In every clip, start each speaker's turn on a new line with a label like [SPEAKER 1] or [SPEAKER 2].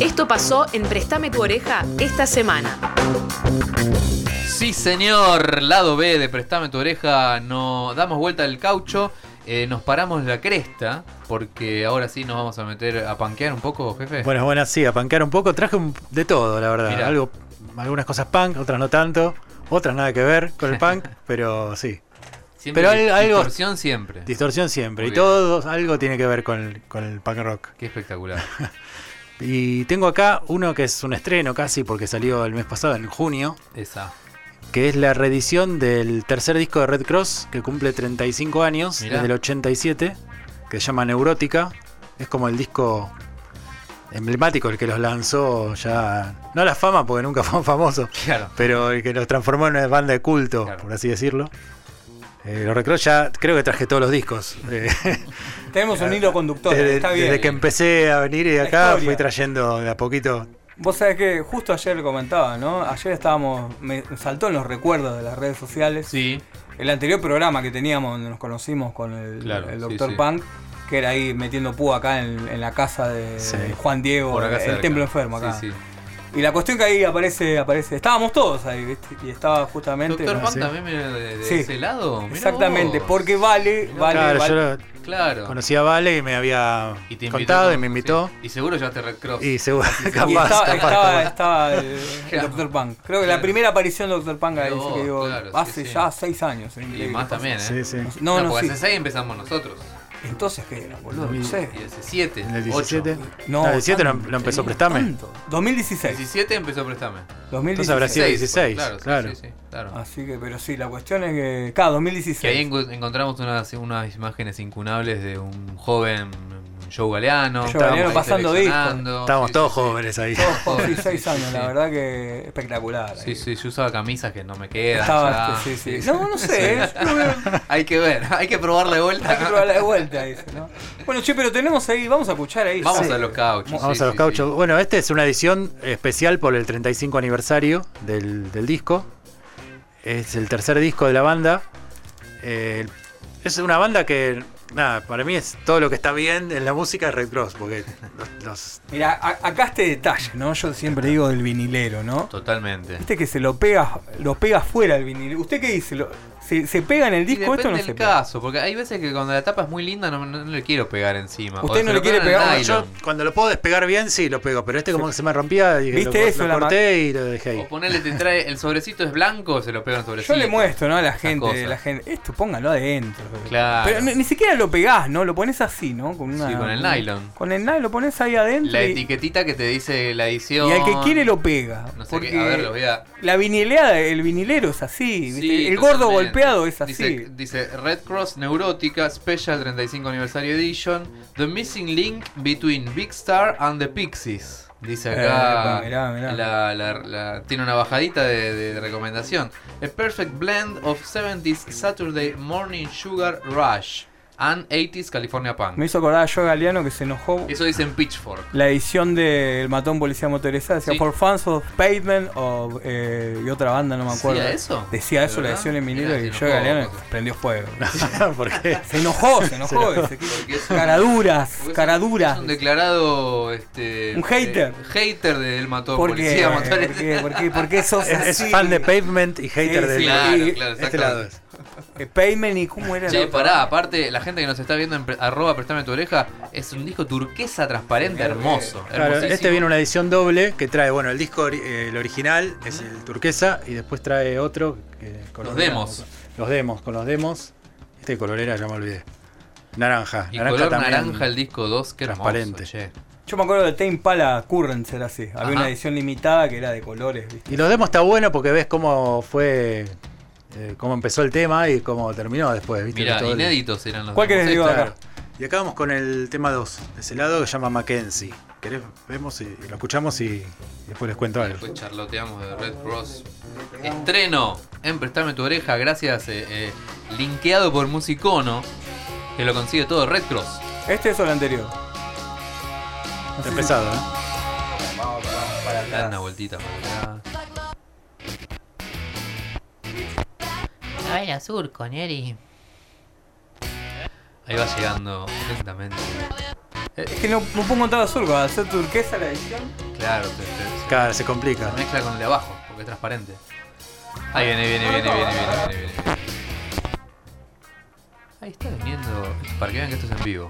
[SPEAKER 1] Esto pasó en Préstame tu oreja esta semana.
[SPEAKER 2] Sí, señor, lado B de Prestame tu oreja, nos damos vuelta al caucho, eh, nos paramos la cresta, porque ahora sí nos vamos a meter a panquear un poco, jefe.
[SPEAKER 3] Bueno, bueno, sí, a panquear un poco. Traje un- de todo, la verdad.
[SPEAKER 2] Mirá.
[SPEAKER 3] Algo, algunas cosas punk, otras no tanto. Otras nada que ver con el punk, pero sí.
[SPEAKER 2] Siempre
[SPEAKER 3] pero
[SPEAKER 2] dis-
[SPEAKER 3] al- algo-
[SPEAKER 2] Distorsión siempre.
[SPEAKER 3] Distorsión siempre.
[SPEAKER 2] Muy
[SPEAKER 3] Y
[SPEAKER 2] bien.
[SPEAKER 3] todo algo tiene que ver con el, con el punk rock.
[SPEAKER 2] Qué espectacular.
[SPEAKER 3] Y tengo acá uno que es un estreno casi porque salió el mes pasado, en junio,
[SPEAKER 2] Esa.
[SPEAKER 3] que es la reedición del tercer disco de Red Cross, que cumple 35 años,
[SPEAKER 2] Mirá.
[SPEAKER 3] desde el 87, que se llama Neurótica. Es como el disco emblemático, el que los lanzó ya, no a la fama porque nunca fue famoso,
[SPEAKER 2] Claro.
[SPEAKER 3] pero el que los transformó en una banda de culto,
[SPEAKER 2] Claro.
[SPEAKER 3] por así decirlo. Eh, los Red Cross ya creo que traje todos los discos. Eh,
[SPEAKER 4] Tenemos un hilo conductor,
[SPEAKER 3] desde,
[SPEAKER 4] está bien.
[SPEAKER 3] desde que empecé a venir y
[SPEAKER 4] La
[SPEAKER 3] acá
[SPEAKER 4] historia.
[SPEAKER 3] fui trayendo de a poquito.
[SPEAKER 4] Vos sabés que justo ayer lo comentaba, ¿no? Ayer estábamos, me saltó en los recuerdos de las redes sociales.
[SPEAKER 2] Sí.
[SPEAKER 4] El anterior programa que teníamos donde nos conocimos con el,
[SPEAKER 2] Claro,
[SPEAKER 4] el
[SPEAKER 2] sí,
[SPEAKER 4] Dr.
[SPEAKER 2] sí.
[SPEAKER 4] Punk, que era ahí metiendo púa acá en, en la casa de
[SPEAKER 3] Sí.
[SPEAKER 4] Juan Diego, el
[SPEAKER 2] cerca.
[SPEAKER 4] templo enfermo acá.
[SPEAKER 2] Sí, sí.
[SPEAKER 4] Y la cuestión que ahí aparece, aparece, estábamos todos ahí, ¿viste? Y estaba justamente.
[SPEAKER 2] Doctor
[SPEAKER 3] Ah,
[SPEAKER 2] Pan
[SPEAKER 3] sí.
[SPEAKER 2] también viene de, de
[SPEAKER 4] Sí.
[SPEAKER 2] ese lado. Mirá
[SPEAKER 4] Exactamente,
[SPEAKER 2] vos.
[SPEAKER 4] porque vale,
[SPEAKER 2] Mirá.
[SPEAKER 4] vale,
[SPEAKER 3] claro,
[SPEAKER 4] vale.
[SPEAKER 3] yo lo-
[SPEAKER 2] Claro.
[SPEAKER 3] conocí a Vale y me había
[SPEAKER 2] Y te invitó,
[SPEAKER 3] contado y me
[SPEAKER 2] sí.
[SPEAKER 3] invitó.
[SPEAKER 2] Y seguro llevaste Red Cross.
[SPEAKER 3] Y seguro, capaz,
[SPEAKER 4] Y estaba,
[SPEAKER 3] capaz,
[SPEAKER 4] estaba-
[SPEAKER 3] capaz.
[SPEAKER 4] estaba el,
[SPEAKER 2] Claro.
[SPEAKER 4] Doctor Punk. Creo que
[SPEAKER 2] Claro.
[SPEAKER 4] la primera aparición de Doctor Punk ahí,
[SPEAKER 2] Mirá
[SPEAKER 4] así
[SPEAKER 2] vos,
[SPEAKER 4] que digo,
[SPEAKER 2] claro, sí,
[SPEAKER 4] hace
[SPEAKER 2] sí.
[SPEAKER 4] ya seis años.
[SPEAKER 2] Y
[SPEAKER 4] increíble
[SPEAKER 2] más
[SPEAKER 4] que pasa.
[SPEAKER 2] también, ¿eh?
[SPEAKER 3] Sí, sí.
[SPEAKER 4] No, no,
[SPEAKER 2] porque
[SPEAKER 4] sí.
[SPEAKER 2] hace 6 empezamos nosotros.
[SPEAKER 4] Entonces, ¿qué era, boludo? No
[SPEAKER 3] Mil-
[SPEAKER 4] sé.
[SPEAKER 2] Y hace 7.
[SPEAKER 3] En el 17.
[SPEAKER 4] No,
[SPEAKER 3] No, el 17 lo,
[SPEAKER 4] tanto,
[SPEAKER 3] lo empezó
[SPEAKER 4] sí,
[SPEAKER 3] Prestame.
[SPEAKER 4] tanto. 2016.
[SPEAKER 2] 17 empezó Préstame.
[SPEAKER 4] 2016.
[SPEAKER 3] habrá sido- Sí, 16,
[SPEAKER 2] pues, Claro, sí,
[SPEAKER 3] claro.
[SPEAKER 2] Sí, sí, claro.
[SPEAKER 4] Así que, pero sí, la cuestión es que. Cada
[SPEAKER 2] Que ahí
[SPEAKER 4] 2016.
[SPEAKER 2] encu- encontramos unas, unas imágenes incunables de un joven Joe Galeano.
[SPEAKER 4] Joe
[SPEAKER 2] Estábamos
[SPEAKER 4] Galeano
[SPEAKER 2] ahí
[SPEAKER 4] pasando discos.
[SPEAKER 2] seleccionando.
[SPEAKER 3] Estábamos
[SPEAKER 2] Sí,
[SPEAKER 3] todos
[SPEAKER 2] sí,
[SPEAKER 3] jóvenes ahí.
[SPEAKER 4] Todos por
[SPEAKER 2] Joder,
[SPEAKER 4] 16
[SPEAKER 2] sí,
[SPEAKER 4] años,
[SPEAKER 2] sí.
[SPEAKER 4] la verdad que espectacular.
[SPEAKER 2] Sí,
[SPEAKER 4] ahí.
[SPEAKER 2] sí, yo usaba camisas que no me quedan.
[SPEAKER 4] Estaba, este,
[SPEAKER 2] ya.
[SPEAKER 4] sí, sí. No, no sé, ¿eh? Yo lo veo-
[SPEAKER 2] hay que ver, hay que probarla de vuelta.
[SPEAKER 4] Hay que probarla de vuelta, dice, ¿no? Bueno, che, pero tenemos ahí, vamos a escuchar ahí.
[SPEAKER 2] Vamos
[SPEAKER 4] sí.
[SPEAKER 2] a los cauchos.
[SPEAKER 3] Vamos
[SPEAKER 2] sí,
[SPEAKER 3] a los
[SPEAKER 2] sí,
[SPEAKER 3] cauchos. Bueno, esta es una edición especial por el 35 aniversario del, del disco. Es el tercer disco de la banda. Eh, es una banda que, nada, para mí es todo lo que está bien en la música es Red Cross, porque los- los-
[SPEAKER 4] Mira, acá este detalle, ¿no? Yo siempre digo del vinilero, ¿no?
[SPEAKER 2] sí. Totalmente.
[SPEAKER 4] Viste que se lo pega, lo pega fuera el vinilero. ¿Usted qué dice? Lo- ¿Se, se pega en el
[SPEAKER 2] Y depende
[SPEAKER 4] disco esto o no
[SPEAKER 2] del
[SPEAKER 4] se pega?
[SPEAKER 2] caso, porque hay veces que cuando la tapa es muy linda no, no- no le quiero pegar encima.
[SPEAKER 4] Usted
[SPEAKER 2] O se
[SPEAKER 4] no
[SPEAKER 2] lo
[SPEAKER 4] le quiere
[SPEAKER 2] pegan en
[SPEAKER 4] pegar,
[SPEAKER 2] nylon.
[SPEAKER 3] yo cuando lo puedo despegar bien, sí lo pego, pero este como que se me rompía y
[SPEAKER 4] ¿Viste
[SPEAKER 3] lo,
[SPEAKER 4] eso,
[SPEAKER 3] lo
[SPEAKER 4] la
[SPEAKER 3] corté y lo dejé
[SPEAKER 2] O
[SPEAKER 3] ahí.
[SPEAKER 2] ponerle, te trae, el sobrecito es blanco, se lo pega en
[SPEAKER 4] Yo
[SPEAKER 2] sobrecito.
[SPEAKER 4] le muestro, ¿no? A la
[SPEAKER 2] esas
[SPEAKER 4] gente,
[SPEAKER 2] cosas.
[SPEAKER 4] la gente, esto póngalo adentro.
[SPEAKER 2] Claro.
[SPEAKER 4] Pero ni, ni siquiera lo pegás, ¿no? Lo pones así, ¿no? Con una,
[SPEAKER 2] Sí, con el nylon.
[SPEAKER 4] Con el nylon lo pones ahí adentro.
[SPEAKER 2] La
[SPEAKER 4] y,
[SPEAKER 2] etiquetita que te dice la edición.
[SPEAKER 4] y al que quiere lo pega.
[SPEAKER 2] No sé
[SPEAKER 4] porque
[SPEAKER 2] qué, a ver, lo voy a...
[SPEAKER 4] la vinileada, el vinilero es así. ¿viste?
[SPEAKER 2] Sí,
[SPEAKER 4] el gordo
[SPEAKER 2] totalmente.
[SPEAKER 4] golpeado es así.
[SPEAKER 2] Dice, dice Red Cross Neurótica Special 35 Anniversario Edition The Missing Link Between Big Star and the Pixies. Dice acá.
[SPEAKER 4] Epa, mirá, mirá.
[SPEAKER 2] La, la- la- tiene una bajadita de, de recomendación. A perfect blend of 70s Saturday Morning Sugar Rush and 80s California Punk.
[SPEAKER 4] Me hizo acordar a Joe Galeano que se enojó.
[SPEAKER 2] Eso dice en Pitchfork.
[SPEAKER 4] La edición de El Matón Policía Motorizada decía
[SPEAKER 2] Sí.
[SPEAKER 4] For Fans of Pavement o, eh, y otra banda, no me acuerdo.
[SPEAKER 2] ¿Decía eso?
[SPEAKER 4] Decía
[SPEAKER 2] ¿De
[SPEAKER 4] eso la
[SPEAKER 2] verdad?
[SPEAKER 4] edición en vinilo
[SPEAKER 2] Mirá, se
[SPEAKER 4] y Joe
[SPEAKER 2] enojó,
[SPEAKER 4] Galeano
[SPEAKER 2] cosa.
[SPEAKER 4] prendió fuego.
[SPEAKER 3] porque
[SPEAKER 4] Se enojó, se enojó. dice, "¿Qué-
[SPEAKER 2] Porque es un-
[SPEAKER 4] Caraduras,
[SPEAKER 2] porque es un-
[SPEAKER 4] caraduras.
[SPEAKER 2] es un declarado. Este,
[SPEAKER 4] Un hater.
[SPEAKER 2] eh, hater del mató
[SPEAKER 4] ¿Por qué?
[SPEAKER 2] policía.
[SPEAKER 4] ¿Por
[SPEAKER 2] mató-
[SPEAKER 4] qué? ¿Por qué? ¿Por qué? ¿Por qué sos
[SPEAKER 3] es,
[SPEAKER 4] así?
[SPEAKER 3] es fan de Pavement y hater
[SPEAKER 4] Sí,
[SPEAKER 3] de
[SPEAKER 4] sí,
[SPEAKER 2] Claro,
[SPEAKER 4] Y-
[SPEAKER 2] claro,
[SPEAKER 3] este lado.
[SPEAKER 2] exactamente.
[SPEAKER 3] es.
[SPEAKER 4] Eh, Pavement y cómo era. la
[SPEAKER 2] Che,
[SPEAKER 4] otra?
[SPEAKER 2] pará, aparte, la gente que nos está viendo en pre- arroba prestame tu oreja, es un disco turquesa transparente
[SPEAKER 4] Mirá lo que
[SPEAKER 2] hermoso.
[SPEAKER 3] Claro,
[SPEAKER 2] hermosísimo.
[SPEAKER 3] este viene una edición doble que trae, bueno, el disco, ori- eh, el original es el turquesa y después trae otro que con
[SPEAKER 2] Los
[SPEAKER 3] colorera-
[SPEAKER 2] demos.
[SPEAKER 3] Los demos, con los demos. Este de colorera ya me olvidé. Naranja.
[SPEAKER 2] Y
[SPEAKER 3] naranja
[SPEAKER 2] color
[SPEAKER 3] también.
[SPEAKER 2] naranja el disco 2, que
[SPEAKER 3] transparente.
[SPEAKER 2] hermoso, che.
[SPEAKER 4] Yo me acuerdo de Tame Pala Currents era así. Había
[SPEAKER 2] Ajá.
[SPEAKER 4] una edición limitada que era de colores, ¿viste?
[SPEAKER 3] Y los demos está bueno porque ves cómo fue, eh, cómo empezó el tema y cómo terminó después, ¿viste?
[SPEAKER 2] Mirá,
[SPEAKER 3] Todo el-
[SPEAKER 2] inéditos eran los Este
[SPEAKER 4] ¿Cuál
[SPEAKER 2] demos.
[SPEAKER 4] querés digo
[SPEAKER 3] Claro.
[SPEAKER 4] acá?
[SPEAKER 3] Y acá vamos con el tema 2, de ese lado que se llama Mackenzie. ¿Querés? Vemos y, y lo escuchamos y, y después les cuento algo.
[SPEAKER 2] Después charloteamos de Red Cross. Estreno en Prestame tu oreja, gracias, eh, eh, linkeado por Musicono, que lo consigue todo Red Cross.
[SPEAKER 4] ¿Este es o el anterior?
[SPEAKER 3] Está empezado, ¿eh?
[SPEAKER 2] Da una vueltita para acá.
[SPEAKER 5] A ver, azul, Conieri.
[SPEAKER 2] Ahí va llegando lentamente.
[SPEAKER 4] Es que no, no puedo encontrar azul, al ser turquesa la edición.
[SPEAKER 2] Claro, te- te-
[SPEAKER 3] Claro, se
[SPEAKER 2] se
[SPEAKER 3] complica.
[SPEAKER 2] mezcla con el de abajo, porque es transparente. Ahí viene, viene, viene, viene, viene, viene, viene. Ahí está viniendo. Para que vean que esto es en vivo.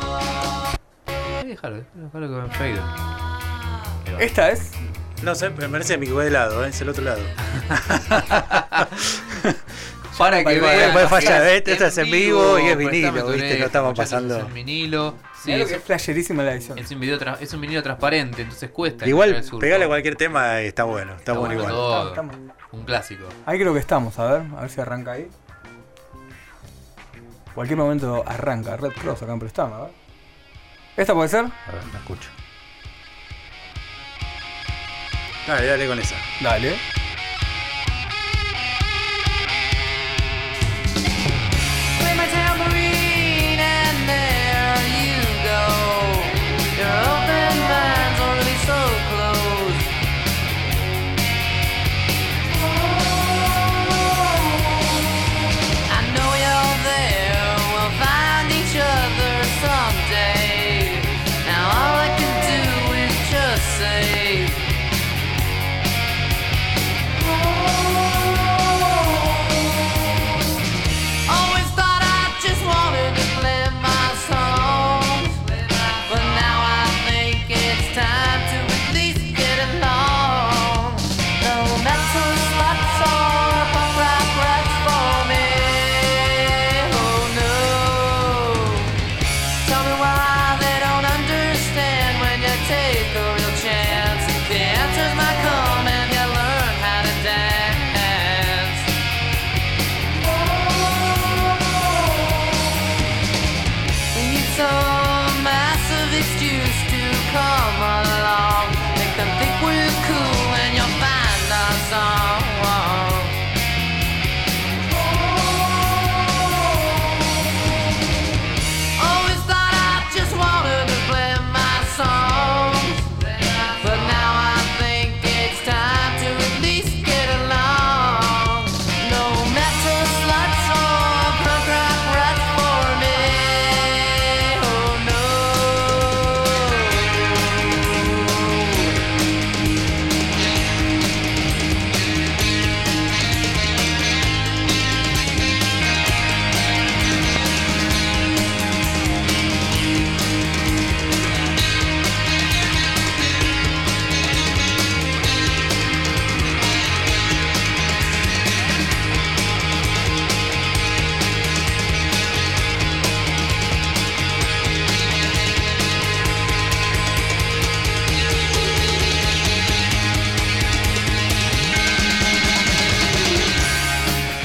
[SPEAKER 2] Ahí déjalo, déjalo que me fade. Ahí va.
[SPEAKER 4] Esta es.
[SPEAKER 3] No sé, me parece mi de lado, ¿eh? es el otro lado.
[SPEAKER 2] Ah, Para que
[SPEAKER 4] Puede-
[SPEAKER 2] vean.
[SPEAKER 3] puede fallar,
[SPEAKER 2] que
[SPEAKER 3] ¿eh? Esto es en vivo y es
[SPEAKER 2] prestame
[SPEAKER 3] vinilo,
[SPEAKER 2] tu
[SPEAKER 3] ¿viste? No
[SPEAKER 2] oreja,
[SPEAKER 3] estamos
[SPEAKER 2] muchachos,
[SPEAKER 3] pasando.
[SPEAKER 2] Es un vinilo. Sí,
[SPEAKER 4] Mirá lo
[SPEAKER 2] es,
[SPEAKER 4] que es flasherísima la edición.
[SPEAKER 2] es un video tra- es un vinilo transparente, entonces cuesta.
[SPEAKER 3] Igual,
[SPEAKER 2] encontrar el surco.
[SPEAKER 3] pegarle a cualquier tema eh, está bueno,
[SPEAKER 2] Está
[SPEAKER 3] está, bueno,
[SPEAKER 2] bueno
[SPEAKER 3] igual.
[SPEAKER 2] todo.
[SPEAKER 4] Estamos- estamos.
[SPEAKER 2] Un clásico.
[SPEAKER 4] Ahí creo que estamos, a ver, a ver si arranca ahí. Cualquier momento arranca, Red Cross acá en Prestama, a ver. ¿Esta puede ser?
[SPEAKER 3] A ver, la escucho. Dale, dale con esa.
[SPEAKER 4] Dale.
[SPEAKER 5] Play my tambourine and there you go. Your open mind's already so close. I know you're there. We'll find each other someday. Now all I can do is just say. Always thought I just wanted to play my songs. But now I think it's time to at least get along. No metal sluts or pop rap rats for me. Oh no. Tell me why they don't understand when you take a real chance. The answers might come and you learn how to dance. We need some massive excuse to come along. Make them think we're cool and you'll find our song. Always thought I just wanted to play my songs. But now I think it's time to at least get along. No metal sluts or punk rock rats for me. Oh no. Oh,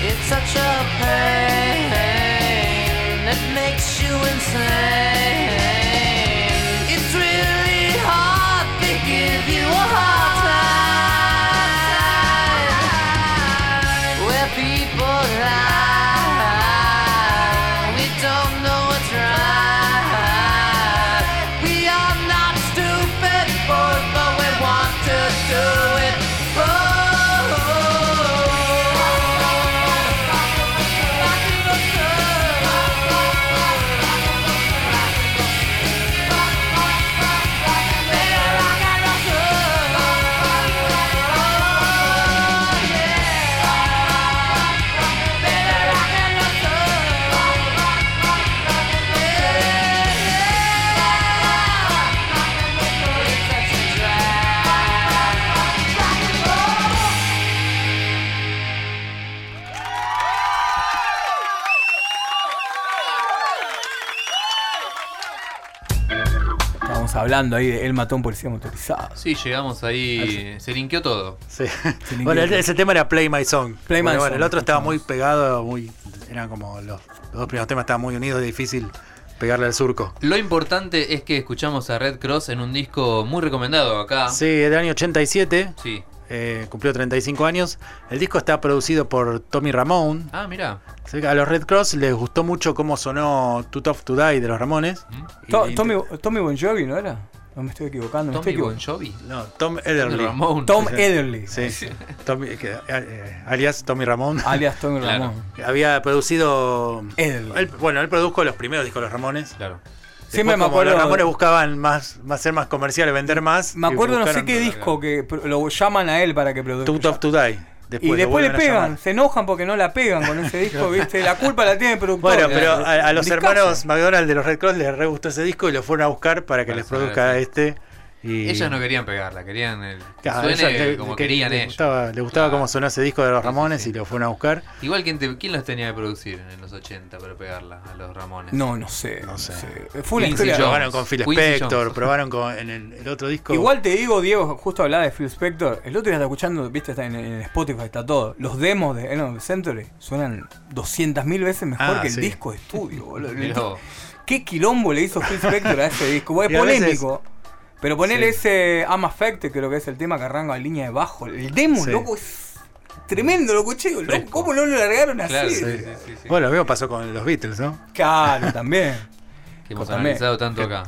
[SPEAKER 5] It's such a pain that makes you insane. It's really hard to give you a hard time where people lie. We don't know what's right. We are not stupid boys, but we want to do it. both.
[SPEAKER 4] Estábamos hablando ahí de Él mató a un policía motorizado.
[SPEAKER 2] Sí, llegamos ahí. Se linkeó todo.
[SPEAKER 3] Sí.
[SPEAKER 4] ni
[SPEAKER 3] Bueno,
[SPEAKER 4] idea.
[SPEAKER 3] ese tema era Play My Song.
[SPEAKER 4] Play My
[SPEAKER 3] Bueno, bueno,
[SPEAKER 4] Song,
[SPEAKER 3] el otro estaba muy pegado, muy eran como los, los dos primeros temas estaban muy unidos, difícil pegarle al surco.
[SPEAKER 2] Lo importante es que escuchamos a Red Cross en un disco muy recomendado acá.
[SPEAKER 3] Sí, del año 87,
[SPEAKER 2] Sí.
[SPEAKER 3] eh, cumplió 35 años. El disco está producido por Tommy Ramón.
[SPEAKER 2] Ah, mirá.
[SPEAKER 3] Sí, A los Red Cross les gustó mucho cómo sonó Too Tough to Die de los Ramones.
[SPEAKER 2] ¿Mm?
[SPEAKER 3] Y-
[SPEAKER 4] To- Tommy, Tommy Bon Jovi, ¿no era? No me estoy equivocando, me estoy
[SPEAKER 2] Tommy Bon
[SPEAKER 4] equivocando.
[SPEAKER 2] Jovi.
[SPEAKER 3] No, Tom Ederly.
[SPEAKER 2] Ramón.
[SPEAKER 4] Tom Ederly,
[SPEAKER 3] Sí, Tommy- que, eh, alias Tommy Ramón.
[SPEAKER 4] alias Tommy
[SPEAKER 2] Claro.
[SPEAKER 4] Ramón.
[SPEAKER 3] Había producido.
[SPEAKER 4] Ederly.
[SPEAKER 3] él- bueno, él produjo los primeros discos de los Ramones.
[SPEAKER 2] Claro.
[SPEAKER 4] Siempre me
[SPEAKER 3] como
[SPEAKER 4] acuerdo-
[SPEAKER 3] Los Ramones buscaban más, más ser más comerciales, vender más.
[SPEAKER 4] Me
[SPEAKER 3] y
[SPEAKER 4] acuerdo no sé
[SPEAKER 3] buscaron-
[SPEAKER 4] qué disco que pro- lo llaman a él para que produzca.
[SPEAKER 3] Too Tough to Die.
[SPEAKER 4] y después le
[SPEAKER 3] lo vuelven a
[SPEAKER 4] pegan,
[SPEAKER 3] llamar.
[SPEAKER 4] se enojan porque no la pegan con ese disco, ¿viste? La culpa la tiene el productor.
[SPEAKER 3] Bueno, pero a, a los
[SPEAKER 4] Discazo.
[SPEAKER 3] hermanos McDonald de los Red Cross les re gustó ese disco y lo fueron a buscar para que
[SPEAKER 2] Para
[SPEAKER 3] les
[SPEAKER 2] sonar
[SPEAKER 3] produzca
[SPEAKER 2] ese.
[SPEAKER 3] este. Y
[SPEAKER 2] Ellos no querían pegarla, querían el, que
[SPEAKER 3] Claro,
[SPEAKER 2] suene
[SPEAKER 3] ellos le-
[SPEAKER 2] como
[SPEAKER 3] que-
[SPEAKER 2] querían
[SPEAKER 3] les
[SPEAKER 2] ellos.
[SPEAKER 3] Gustaba, les gustaba
[SPEAKER 2] Claro.
[SPEAKER 3] cómo sonó ese disco de los
[SPEAKER 2] Sí,
[SPEAKER 3] Ramones
[SPEAKER 2] sí, sí.
[SPEAKER 3] y lo fueron a buscar.
[SPEAKER 2] Igual, ¿quién, te- quién los tenía que producir en los 80 para pegarla a los Ramones?
[SPEAKER 4] No, no sé.
[SPEAKER 3] No
[SPEAKER 4] No
[SPEAKER 3] sé.
[SPEAKER 4] sé. Fue una
[SPEAKER 2] Quincy
[SPEAKER 4] historia.
[SPEAKER 2] Jones.
[SPEAKER 3] Probaron con Phil
[SPEAKER 2] Quincy
[SPEAKER 3] Spector,
[SPEAKER 2] Jones.
[SPEAKER 3] probaron con, en el, el otro disco.
[SPEAKER 4] Igual te digo, Diego, justo hablaba de Phil Spector. El otro día estaba escuchando, viste, está en, en Spotify, está todo. Los demos de End of the Century suenan 200.000 veces mejor
[SPEAKER 3] Ah,
[SPEAKER 4] que el
[SPEAKER 3] sí.
[SPEAKER 4] disco de estudio, boludo.
[SPEAKER 2] Pero-
[SPEAKER 4] ¿Qué quilombo le hizo Phil Spector a ese disco? Es
[SPEAKER 3] Y a veces-
[SPEAKER 4] polémico. Pero ponerle ese I'm Affected, creo que es el tema que arranca en línea de bajo. El demo,
[SPEAKER 3] Ah, Sí.
[SPEAKER 4] loco, es tremendo, loco, chico. loco,
[SPEAKER 2] Fresco.
[SPEAKER 4] ¿Cómo no lo largaron así?
[SPEAKER 2] Claro, sí, sí, sí, sí.
[SPEAKER 3] Bueno, lo mismo pasó con los Beatles, ¿no?
[SPEAKER 4] Claro, también.
[SPEAKER 2] que hemos
[SPEAKER 4] también.
[SPEAKER 2] analizado tanto acá.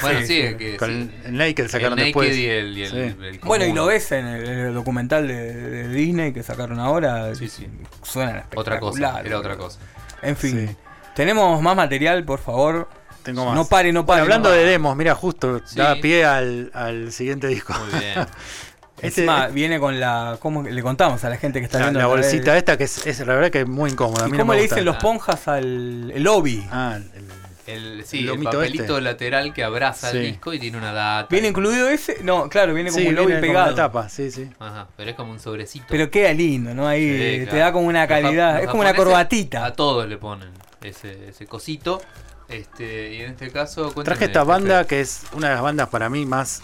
[SPEAKER 2] Bueno, sí, es que
[SPEAKER 3] Con
[SPEAKER 2] sí.
[SPEAKER 3] el, el Naked sacaron
[SPEAKER 2] el
[SPEAKER 3] después.
[SPEAKER 2] Naked y el, y el-
[SPEAKER 3] Sí.
[SPEAKER 2] el común.
[SPEAKER 4] Bueno, y lo ves en el, en el documental de, de Disney que sacaron ahora.
[SPEAKER 2] Sí, sí.
[SPEAKER 4] Suenan
[SPEAKER 2] Otra
[SPEAKER 4] espectacular.
[SPEAKER 2] cosa, era
[SPEAKER 4] boludo.
[SPEAKER 2] otra cosa.
[SPEAKER 4] En fin,
[SPEAKER 3] Sí.
[SPEAKER 4] tenemos más material, por favor.
[SPEAKER 3] Tengo más.
[SPEAKER 4] No pare, no pare.
[SPEAKER 3] Bueno, hablando
[SPEAKER 4] no
[SPEAKER 3] de
[SPEAKER 4] pare.
[SPEAKER 3] demos, mira, justo
[SPEAKER 2] Sí.
[SPEAKER 3] da pie al, al siguiente disco.
[SPEAKER 2] Muy bien.
[SPEAKER 3] Este-
[SPEAKER 4] Encima, viene con la. ¿Cómo le contamos a la gente que está
[SPEAKER 3] la,
[SPEAKER 4] viendo
[SPEAKER 3] la
[SPEAKER 4] a través de-
[SPEAKER 3] bolsita esta que es, es la verdad que es muy incómoda. a
[SPEAKER 4] ¿Y
[SPEAKER 3] mí no
[SPEAKER 4] cómo
[SPEAKER 3] me
[SPEAKER 4] le
[SPEAKER 3] gusta.
[SPEAKER 4] dicen
[SPEAKER 2] Ah.
[SPEAKER 4] los ponjas al el lobby?
[SPEAKER 3] Ah, el-
[SPEAKER 2] El,
[SPEAKER 3] El
[SPEAKER 2] sí, el,
[SPEAKER 3] lomito
[SPEAKER 2] papelito
[SPEAKER 3] este.
[SPEAKER 2] lateral que abraza el
[SPEAKER 3] Sí.
[SPEAKER 2] disco y tiene una data.
[SPEAKER 4] ¿Viene incluido ese? No, claro, viene como
[SPEAKER 3] sí,
[SPEAKER 4] un lobby
[SPEAKER 3] viene como
[SPEAKER 4] pegado.
[SPEAKER 3] la tapa, sí, sí.
[SPEAKER 2] Ajá, pero es como un sobrecito.
[SPEAKER 4] Pero queda lindo, ¿no? Ahí
[SPEAKER 2] Sí,
[SPEAKER 4] te
[SPEAKER 2] claro.
[SPEAKER 4] da como una
[SPEAKER 2] Los jap-
[SPEAKER 4] calidad.
[SPEAKER 2] los
[SPEAKER 4] es como una
[SPEAKER 2] japoneses
[SPEAKER 4] corbatita.
[SPEAKER 2] A todos le ponen ese, ese cosito. Este, y en este caso. cuéntenme,
[SPEAKER 3] Traje esta
[SPEAKER 2] profe.
[SPEAKER 3] banda que es una de las bandas para mí más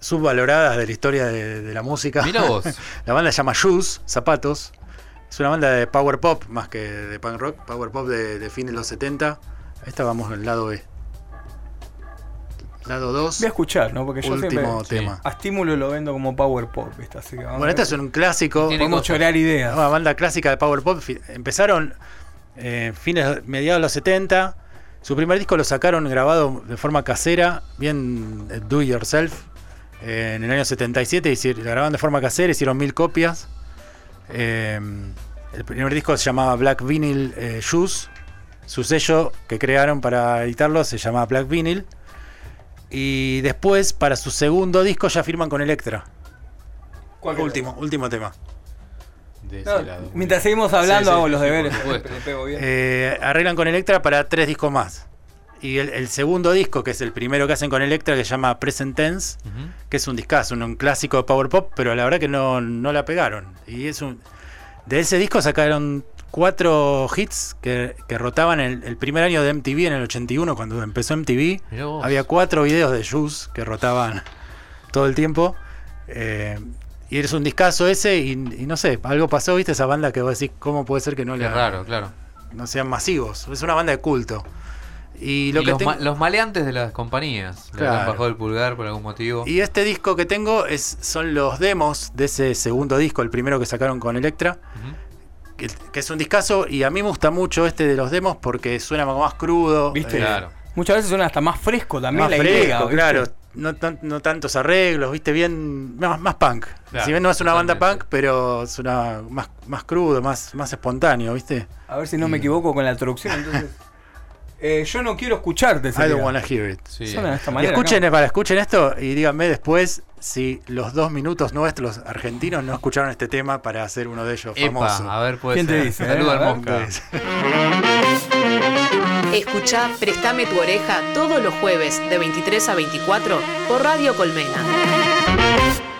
[SPEAKER 3] subvaloradas de la historia de, de la música.
[SPEAKER 2] Mirá vos.
[SPEAKER 3] la banda se llama Shoes, Zapatos. Es una banda de power pop más que de punk rock, power pop de, de fines de los 70. Esta vamos al lado B. Lado 2,
[SPEAKER 4] Voy a escuchar, ¿no? Porque yo
[SPEAKER 3] último
[SPEAKER 4] siempre
[SPEAKER 2] siempre-
[SPEAKER 3] tema.
[SPEAKER 4] a estímulo lo vendo como power pop, ¿viste? Así que vamos
[SPEAKER 3] Bueno,
[SPEAKER 4] a-
[SPEAKER 3] este es Ah. un clásico.
[SPEAKER 2] Tiene
[SPEAKER 4] podemos
[SPEAKER 2] cosa.
[SPEAKER 4] chorear ideas.
[SPEAKER 3] Una banda clásica de power pop. Fi- Empezaron eh, fines, mediados de los 70. Su primer disco lo sacaron grabado de forma casera, bien eh, do it yourself. eh, en el año 77 hici- lo grabaron de forma casera, hicieron mil copias. Eh, el primer disco se llamaba Black Vinyl eh, Shoes. Su sello que crearon para editarlo se llamaba Black Vinyl. Y después, para su segundo disco, ya firman con Electra.
[SPEAKER 4] ¿Cuál
[SPEAKER 3] Último, último tema.
[SPEAKER 2] De ese
[SPEAKER 4] No,
[SPEAKER 2] lado.
[SPEAKER 4] mientras seguimos hablando,
[SPEAKER 3] Sí, sí,
[SPEAKER 4] hago los
[SPEAKER 2] sí,
[SPEAKER 4] deberes.
[SPEAKER 2] por supuesto.
[SPEAKER 4] Le pego bien.
[SPEAKER 3] Eh, arreglan con Electra para tres discos más. Y el, el segundo disco, que es el primero que hacen con Electra, que se llama Present Tense,
[SPEAKER 2] Ujú.
[SPEAKER 3] que es un discazo, un, un clásico de Power Pop, pero la verdad que no, no la pegaron. Y es un. De ese disco sacaron cuatro hits que, que rotaban el, el primer año de MTV en el 81, cuando empezó MTV.
[SPEAKER 2] Mirá vos.
[SPEAKER 3] Había cuatro videos de Juice que rotaban todo el tiempo. Eh, y eres un discazo ese, y, y no sé, algo pasó, viste, esa banda que vos decís, ¿cómo puede ser que no
[SPEAKER 2] Qué
[SPEAKER 3] la,
[SPEAKER 2] raro, claro.
[SPEAKER 3] no sean masivos. Es una banda de culto. Y,
[SPEAKER 2] Y
[SPEAKER 3] lo que
[SPEAKER 2] los,
[SPEAKER 3] tengo-
[SPEAKER 2] ma- los maleantes de las compañías. Le
[SPEAKER 3] Claro.
[SPEAKER 2] han bajado el pulgar por algún motivo.
[SPEAKER 3] y este disco que tengo es, son los demos de ese segundo disco, el primero que sacaron con Electra,
[SPEAKER 2] Ujú.
[SPEAKER 3] que, que es un discazo y a mí me gusta mucho este de los demos porque suena como más crudo.
[SPEAKER 4] ¿Viste?
[SPEAKER 3] eh,
[SPEAKER 2] Claro.
[SPEAKER 4] Muchas veces suena hasta más fresco también
[SPEAKER 3] más
[SPEAKER 4] la
[SPEAKER 3] fresco,
[SPEAKER 4] idea. ¿viste?
[SPEAKER 3] claro. No, tan- no tantos arreglos, viste, bien, más, más punk.
[SPEAKER 2] Claro,
[SPEAKER 3] si bien no es una banda
[SPEAKER 2] totalmente.
[SPEAKER 3] punk, pero es una más, más crudo, más, más espontáneo, viste.
[SPEAKER 4] A ver si no me equivoco con la traducción. Entonces, Eh, yo no quiero escucharte.
[SPEAKER 3] I don't
[SPEAKER 4] sería.
[SPEAKER 3] wanna hear it.
[SPEAKER 2] Sí.
[SPEAKER 4] Suena de esta
[SPEAKER 3] Y
[SPEAKER 4] manera.
[SPEAKER 3] escuchen, eh,
[SPEAKER 4] ¿no?
[SPEAKER 3] para, escuchen esto y díganme después si los dos minutos nuestros argentinos no escucharon este tema para hacer uno de ellos famoso.
[SPEAKER 2] Epa, a ver, puede
[SPEAKER 4] ¿Quién te
[SPEAKER 2] ser.
[SPEAKER 4] dice, eh?
[SPEAKER 2] Saluda al
[SPEAKER 4] A ver.
[SPEAKER 2] mosca.
[SPEAKER 1] Escucha Préstame tu oreja todos los jueves de 23 a 24 por Radio Colmena.